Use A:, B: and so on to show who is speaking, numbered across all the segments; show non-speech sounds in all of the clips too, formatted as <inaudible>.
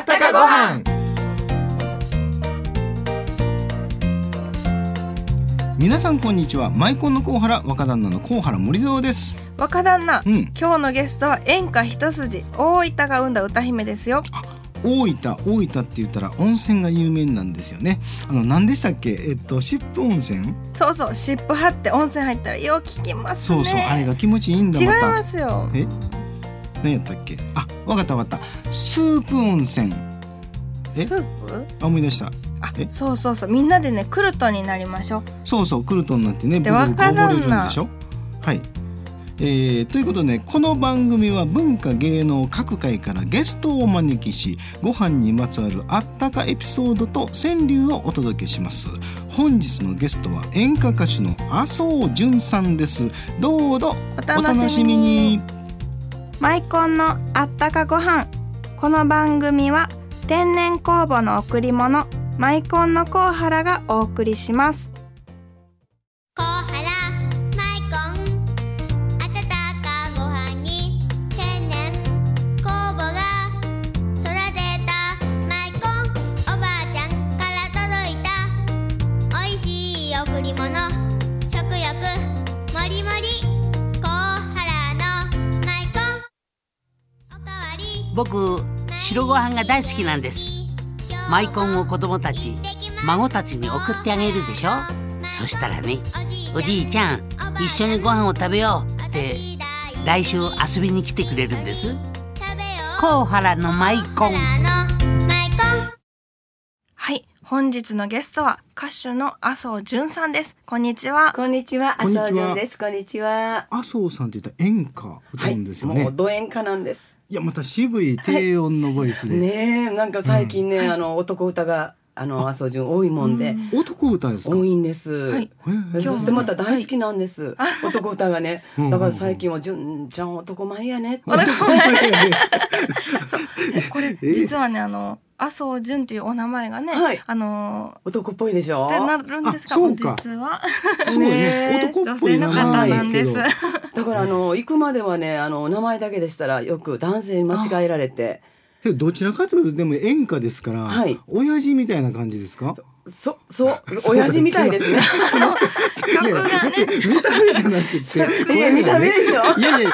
A: ったかご飯
B: 皆さんこんにちはマイコンのコウハラ若旦那のコウハラ森蔵です
A: 若旦那、
B: うん
A: 今日のゲストは演歌一筋大分が生んだ歌姫ですよ
B: 大分大分って言ったら温泉が有名なんですよねあの何でしたっけえっと湿布温泉
A: そうそう湿布貼って温泉入ったらよう聞きますね
B: そうそう、あれが気持ちいいんだ
A: 違い
B: また
A: ますよ
B: え何やったっけあわかったわかったスープ温
A: ス
B: 泉え
A: ープ
B: あ思い出した
A: あ
B: え
A: そうそうそうみんなでねクルトンになりましょう
B: そうそうクルトンなんてね
A: で
B: ボロボロ
A: 若旦那
B: 溺れるんでしょはいえーということで、この番組は文化芸能各界からゲストをお招きしご飯にまつわるあったかエピソードと川柳をお届けします本日のゲストは演歌歌手の麻生淳さんですどうぞ
A: お
B: お楽
A: 楽
B: し
A: しみ
B: み
A: に
B: に
A: マイコンのあったかご飯この番組は天然酵母の贈り物マイコンのコウハラがお送りします
C: コウハラマイコン温かご飯に天然酵母が育てたマイコンおばあちゃんから届いたおいしい贈り物食欲もりもりコウハラのマイコンおかわり
D: 僕白ご飯が大好きなんですマイコンを子供たち孫たちに送ってあげるでしょそしたらねおじいちゃん一緒にご飯を食べようって来週遊びに来てくれるんです甲原のマイコン
A: はい本日のゲストは歌手の麻生淳さんですこんにちは
E: こんにちは、
B: こん
E: 麻
B: にち
E: 生
B: は
E: 潤です。こんにちは。
B: 麻生さんって言ったら演歌歌うんですよね、
E: もう
B: い、
E: ド演歌なんです。
B: やまた渋い低音のボイスで、
E: ねえ、なんか最近ね、あの男歌が、あの麻生潤多いもんで、
B: 男歌ですか
E: 多いんです。
A: はい
B: へえ
E: そしてまた大好きなんです。男歌がね、
B: うん
E: だから最近は潤ちゃん男前やねって。
A: そうこれ
B: え
A: 実はねあの麻生淳というお名前がね、
E: はい
A: あの
E: 男っぽいで
A: <laughs>
E: しょ。
A: ってなるんですが
B: あそうか
A: 実は
B: すごいね
E: ねえ
B: 男っぽい名
A: 女性の方
B: 前で
A: な
B: す
A: ん
B: け
A: です
B: ど
E: だからあの行くまではね、あの名前だけでしたらよく男性に間違えられて、
B: けどどちらかというとでも演歌ですから、
E: はい
B: 親父みたいな感じですか
E: そそう親父みたいですね。
A: 曲がね
B: 別 <laughs> に見た目じゃなくて
E: いや見た目でしょ
B: いやいや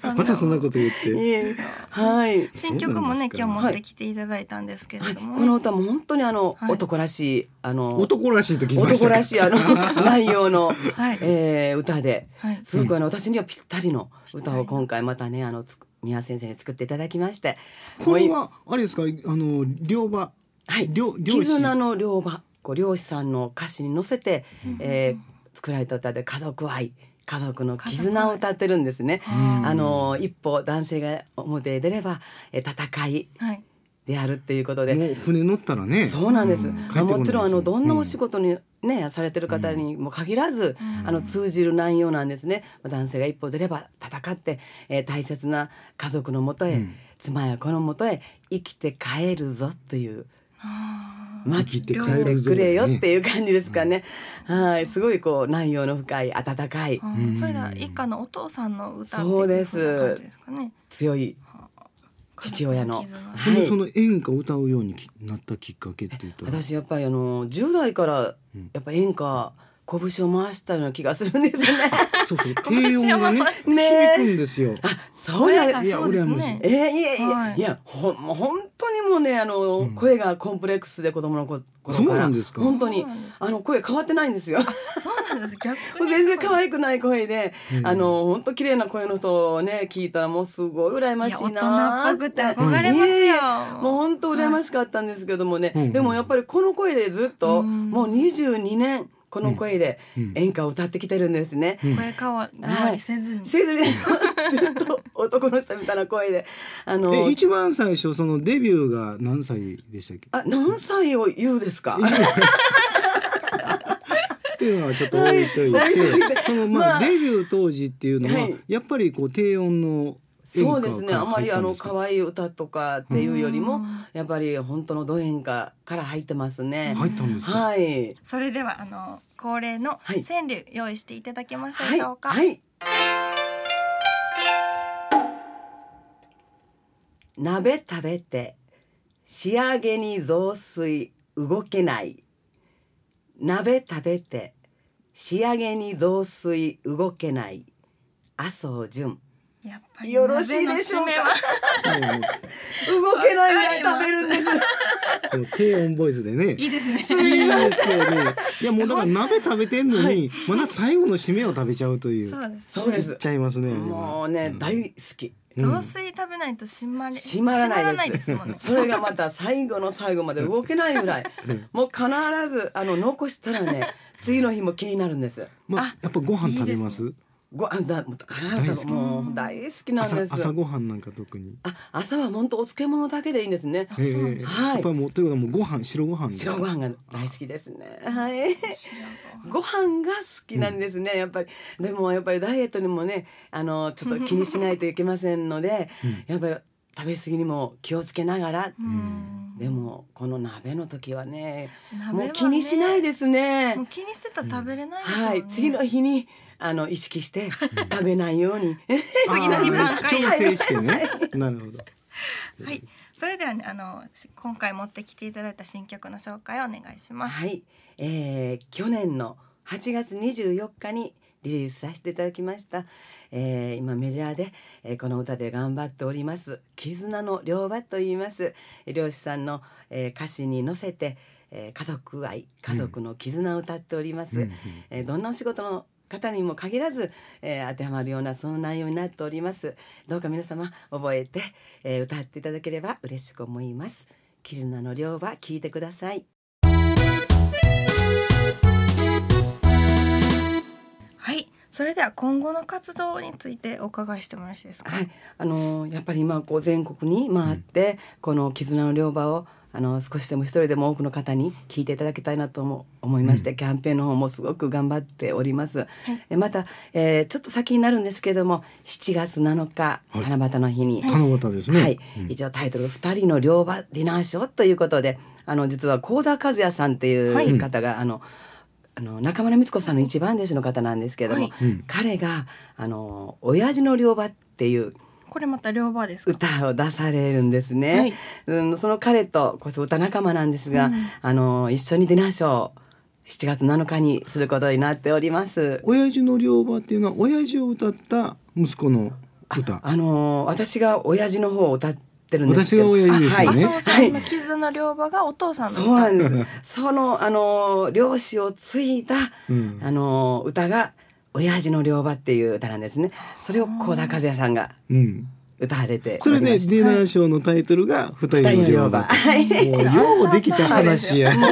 A: その
B: またそんなこと
E: <laughs>
B: 言っ
E: い
B: て
E: えはい。
A: 新曲もね
B: そうなんですか
A: 今日持ってきていただいたんですけれども、
E: この歌も本当にあの、
A: はい
E: 男らしいあの
B: 男らしいと聞きました
E: 男らしいあの
B: <laughs>
E: 内容の、
A: はい
E: えー歌で
A: はい
E: すごくあの私にはぴったりの
A: ぴ
E: 歌
A: ったりの
E: を今回またねあのつく宮先生に作っていただきまして
B: こ
E: も
B: れ
E: う
B: はあれですかあの両場
E: いはい
B: 両
E: 「
B: 両親
E: 絆の両場」こう漁師さんの歌詞に乗せて、えー作られた歌で「家族愛」家族の絆を歌ってるんですね。
B: うん
E: あの一歩男性が表へ出ればえー戦い
A: はい
E: であるっていうことで
B: もう船乗ったらね
E: <laughs> そうなんです。
B: う帰ってこない
E: もちろんあのどんなお仕事
B: 事
E: にね、されてる方にも限らず、あの通じる内容なんですね。男性が一歩出れば戦って、えー大切な家族のもとへ、
B: うん
E: 妻や子のもとへ生きて帰るぞっていう。
A: あ
B: 生きて帰
E: 待って
B: るぞ
E: くれよっていう感じですかね。はい、すごいこう内容の深い温かい
A: ーあーそれが一家のお父さんの歌って
E: そう
A: い
E: で
A: う
E: す
A: 風な感じですかね
E: 強い父親の。
A: 絆
B: ほん
E: は
B: で
E: い
B: その演歌を歌うようにきなったきっかけっていうと
E: 私やっぱりあの10代から
B: うん
E: やっぱ演歌拳を回したような気がするんですね。
B: そうそう低音がね
A: 幸
E: せね
B: 響くんですよ
E: あ、そうなんです
A: あ
B: いや
A: そうです
B: 羨ましい
A: ね
E: えー、いえいえ、
A: はい
E: い、やほんもう本当にもうねあの、
B: うん
E: 声がコンプレックスで子供の頃から
B: そうなんですか
E: 本当に
A: そうなんです
E: あの声変わってないんですよ
A: そうなんです逆に
E: 全然可愛くない声で、
B: うん
E: あの本当綺麗な声の人をね聞いたらもうすごい羨ま
A: い
E: し
A: や
E: いな
A: 大人っぽ
E: ーっ
A: くて
E: て
A: 憧れます
E: え
A: よ、
E: ーもう本当羨ましかったんですけどもね、
B: はい
E: でもやっぱりこの声でずっと、
A: うん
E: もう22年この声で
B: うん
E: 演歌を歌ってきてるんですね、
A: 声変わりせずに、
E: せずに <laughs> ずっと男の人みたいな声であの
B: え一番最初そのデビューが何歳でしたっけ？
E: あ何歳を言うですか
B: っていうのはちょっと置いといて、そのまあ
E: まあ
B: デビュー当時っていうのは
E: はい
B: やっぱりこう低音の演歌
E: そうですねあまりあの可
B: わ
E: 愛い歌とかっていうより
A: う
E: も
A: ん
E: やっぱり本当のド演歌から入ってますね
B: 入ったんですか？
E: はい
A: それではあの恒例の
E: はい
A: 川柳用意していただけましたで
E: はい
A: しょうか、
E: はい鍋食べて仕上げに雑炊動けない鍋食べて仕上げに雑炊動けない麻生潤
A: やっぱり
E: よろしいでしょうか
A: 鍋の締めは
E: 動けないぐらい食べるんです
B: でも低音ボイスでね。いいですね。いいですよね。いやもうだから鍋食べてんのに、まだ最後の締めを食べちゃうという。
A: そうです
E: そうで
B: いっ
E: す
B: ちゃいますね。
E: もうね大好き
A: 雑炊食べないと締まり
E: 閉まら
A: 閉
E: ないです
A: もんね
E: <laughs> それがまた最後の最後まで動けないぐらいもう必ずあの残したら <laughs> ね次の日も気になるんです
B: まあやっぱご飯食べます。
E: ごあだ必ずもう大好きなん
B: 朝
E: です
B: 朝ご飯なんか特に。
E: あ朝は本当お漬物だけでいいんですね
B: ええ
E: はい
B: やっぱりもうということはもうご飯白ご飯ですか。
E: 白ご飯が大好きですね。はい。ご飯が好きなんですね。やっぱりでもやっぱりダイエットにもね、あのちょっと気にしないといけませんので、やっぱり食べ過ぎにも気をつけながら。
A: うん
E: でもこの鍋の時はね、
A: 鍋は
E: も
A: ね
E: う気にしないですね
A: もう。気にしてたら食べれないですもんね
E: はい、次の日にあの意識して食べないように。
A: 次の日
B: あー
A: 満開
B: 調整してね。なるほど。
A: はいそれではねあのし今回持ってきていただいた新曲の紹介をお願いします
E: はい、えー、去年の8月24日にリリースさせていただきました、えー、今メジャーで、えー、この歌で頑張っております絆の両場と言います漁師さんの、えー、歌詞に乗せて、えー、家族愛家族の絆を歌っております、
B: うん
E: えーどんなお仕事の方にも限らず、えー当てはまるようなその内容になっておりますどうか皆様覚えて、えー歌っていただければ嬉しく思います絆の両場聞いてください
A: はいそれでは今後の活動についてお伺いしてもよろしいですか
E: はい、あのーやっぱり今こう全国に回って、この絆の両場をあの少しでも一人でも多くの方に聞いていただきたいなとも思いまして、キャンペーンの方もすごく頑張っております。えまた、えーちょっと先になるんですけれども7月7日、七夕の日に、
B: 七夕ですね。
E: はい、一応タイトル「二人の両場ディナーショー」ということであの実は幸田和也さんっていう方が、あのあの中村光子さんの一番弟子の方なんですけれども、
A: はい
E: 彼があの「親父の両場」っていう
A: これまた両場ですか
E: 歌を出されるんですね、
A: はい
E: うん、その彼とこう歌仲間なんですが、あの一緒にディナーショーを7月7日にすることになっております。
B: 親父の両場っていうのは親父を歌った息子の歌。
E: あの私が親父の方を歌ってるんです
B: 私
E: けど
B: が親父ですよ
E: あ
A: 麻
E: は
A: 生さ
E: い
B: ね。
A: んの絆の両場がお父さんの
E: そうな
A: 歌
E: んです。 <laughs> そのあの漁師を継いだ、
B: うん
E: あの歌が親父の漁場っていう歌なんですね。それを高田和也さんが
B: うん。
E: 歌われて
B: それでディナーショーのタイトルが二人の両場。
E: 二人
B: もうようできた話や。
E: も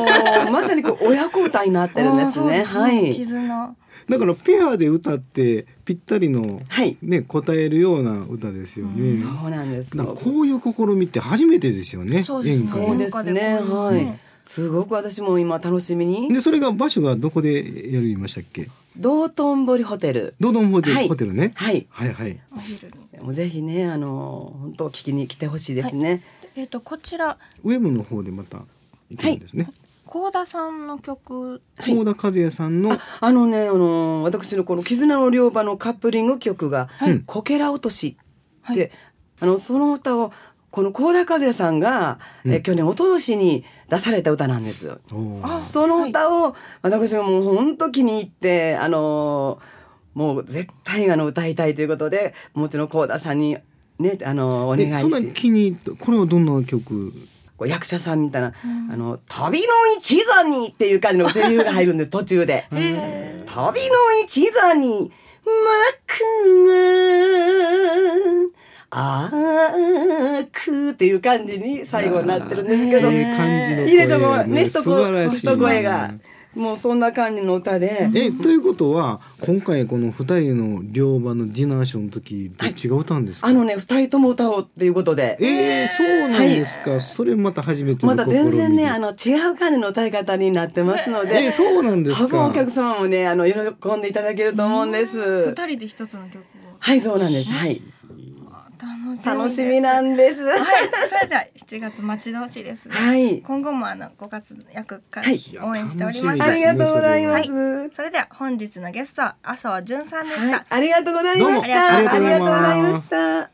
E: うまさにこう親子歌になってるんですね。
A: あ
B: <laughs>
A: ーそう
E: は
A: ね
E: い。
A: 絆
B: だからペアで歌ってぴったりの、
E: はい
B: ね答えるような歌ですよね。
E: そうなんです。
B: なんかこういう試みって初めてですよね。
A: そうです
B: 演歌
E: そうですね。
A: 文化
E: は
A: でこういう
E: い。すごく私も今楽しみに
B: でそれが場所がどこでやりましたっけ？
E: 道頓堀ホテル。
B: ドドンホテル、
E: はい
B: ホテルね。
E: はい。
B: はいはい。
A: お昼に
E: もうぜひねあの本当聞きに来てほしいですね。
A: えっ、とこちら
B: ウェブの方でまた行けるんですね。
A: 高田さんの曲
B: 高田和也さんの、
E: あのね、あの私のこの絆の両場のカップリング曲が、
B: い
E: こけら落としって、
A: はい
E: あのその歌をこの高田和也さんが、え去年おととしに出された歌なんですよ。
B: おー
A: あ
E: その歌を、私がもう本当気に入って、あのもう絶対あの歌いたいということで、もちろん高田さんにね、あのお願
B: で
E: い
B: そんな
E: し
B: に、気に入ったこれはどんな曲？
E: こう役者さんみたいな、あの旅の一座にっていう感じのセリフが入るんで途中で。
A: え
E: 旅の一座に幕があくっていう感じに最後になってるんですけど、
B: いい感じの声
E: いいでしょこうね一
B: 素
E: 声
B: 晴らしい
E: 一声がもうそんな感じの歌で、
B: えということは今回この二人の両場のディナーショーの時どっちが歌うんですか、
E: あのね二人とも歌おうっていうことで。
B: えー、そうなんですか、それまた初めて
E: ま
B: の
E: だ全然ねあ
B: の
E: の違う感じの歌い方になってますので、
B: えーそうなんですか
E: 多分お客様もねあの喜んでいただけると思うんです。
A: ー二人で一つの曲を
E: はいそうなんです。はい
A: 楽しみ
E: 楽しみなんんです。
A: はいそれでは7月待ち遠しいですね、
E: はい
A: 今後もあのご活躍か、
E: はい
A: 応援しております
E: ありがとうございま
A: はい
E: す。
A: それでは本日のゲストは麻生淳さんでした、
E: はいありがとうございました。
B: どうもありがとう
E: ありがと
B: ございます
E: うございました。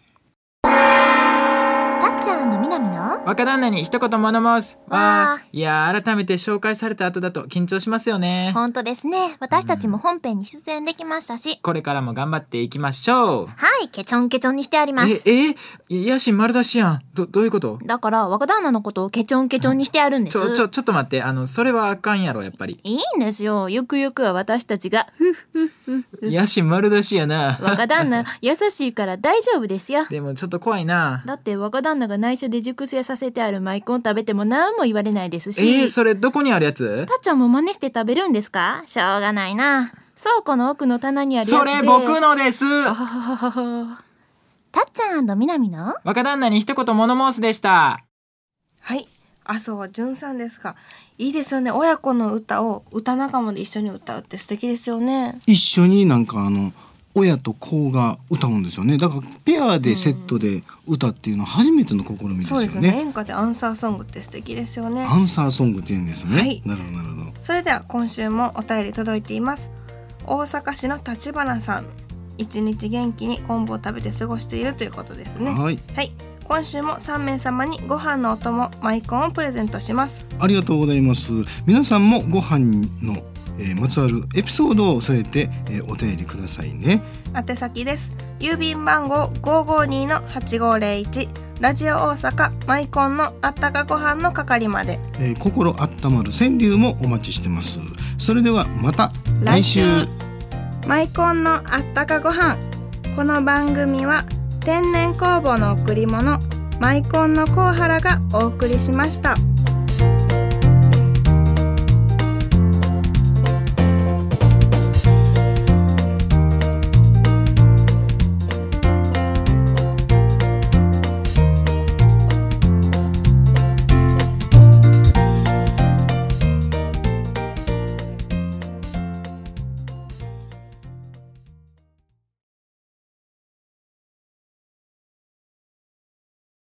C: パ
F: っちゃんの南の
G: 若旦那に一言物申す
F: わあ
G: わあいやー改めて紹介された後だと緊張しますよね
F: 本当ですね私たちも本編に出演できましたし、
G: これからも頑張っていきましょう
F: はいケチョンケチョンにしてあります
G: ええ野心丸出しやんどどういうこと
F: だから若旦那のことをケチョンケチョンにしてあるんで
G: ち
F: す、
G: ょちょちょっと待ってあのそれはあかんやろやっぱり
F: いいんですよゆくゆくは私たちがふっ
G: 野心丸出しやな
F: 若
G: <laughs>
F: 旦那優しいから大丈夫ですよ
G: でもちょっと怖いな
F: だって若旦那が内緒で熟成させてあるマイコン食べても何も言われないですし、
G: えー、それどこにあるやつ
F: たっちゃんも真似して食べるんですかしょうがないな倉庫の奥の棚にあるやつ
G: そ
F: で
G: れ僕のです
F: たっちゃん南の
G: 若旦那に一言物申すでした
A: はい麻生淳さんですがいいですよね親子の歌を歌仲間で一緒に歌うって素敵ですよね
B: 一緒になんかあの親と子が歌うんですよねだからペアでセットで歌っていうのは初めての試みです
A: そ
B: よ
A: う
B: ね
A: ですよね演歌でアンサーソングって素敵ですよね
B: アンサーソングっていうんですね、
A: はい
B: なるほどなるほど
A: それでは今週もお便り届いています大阪市の立花さん一日元気に昆布を食べて過ごしているということですね
B: はい
A: はい今週も3名様にご飯のお供マイコンをプレゼントします
B: ありがとうございます皆さんもご飯の、えーまつわるエピソードを添えて、えーお便りくださいね
A: 宛先です郵便番号552-8501ラジオ大阪マイコンのあったかご飯の係まで
B: えー心温まる川柳もお待ちしてますそれではまた来週
A: 来週マイコンのあったかご飯この番組は天然酵母の贈り物マイコンのコウハラがお送りしました。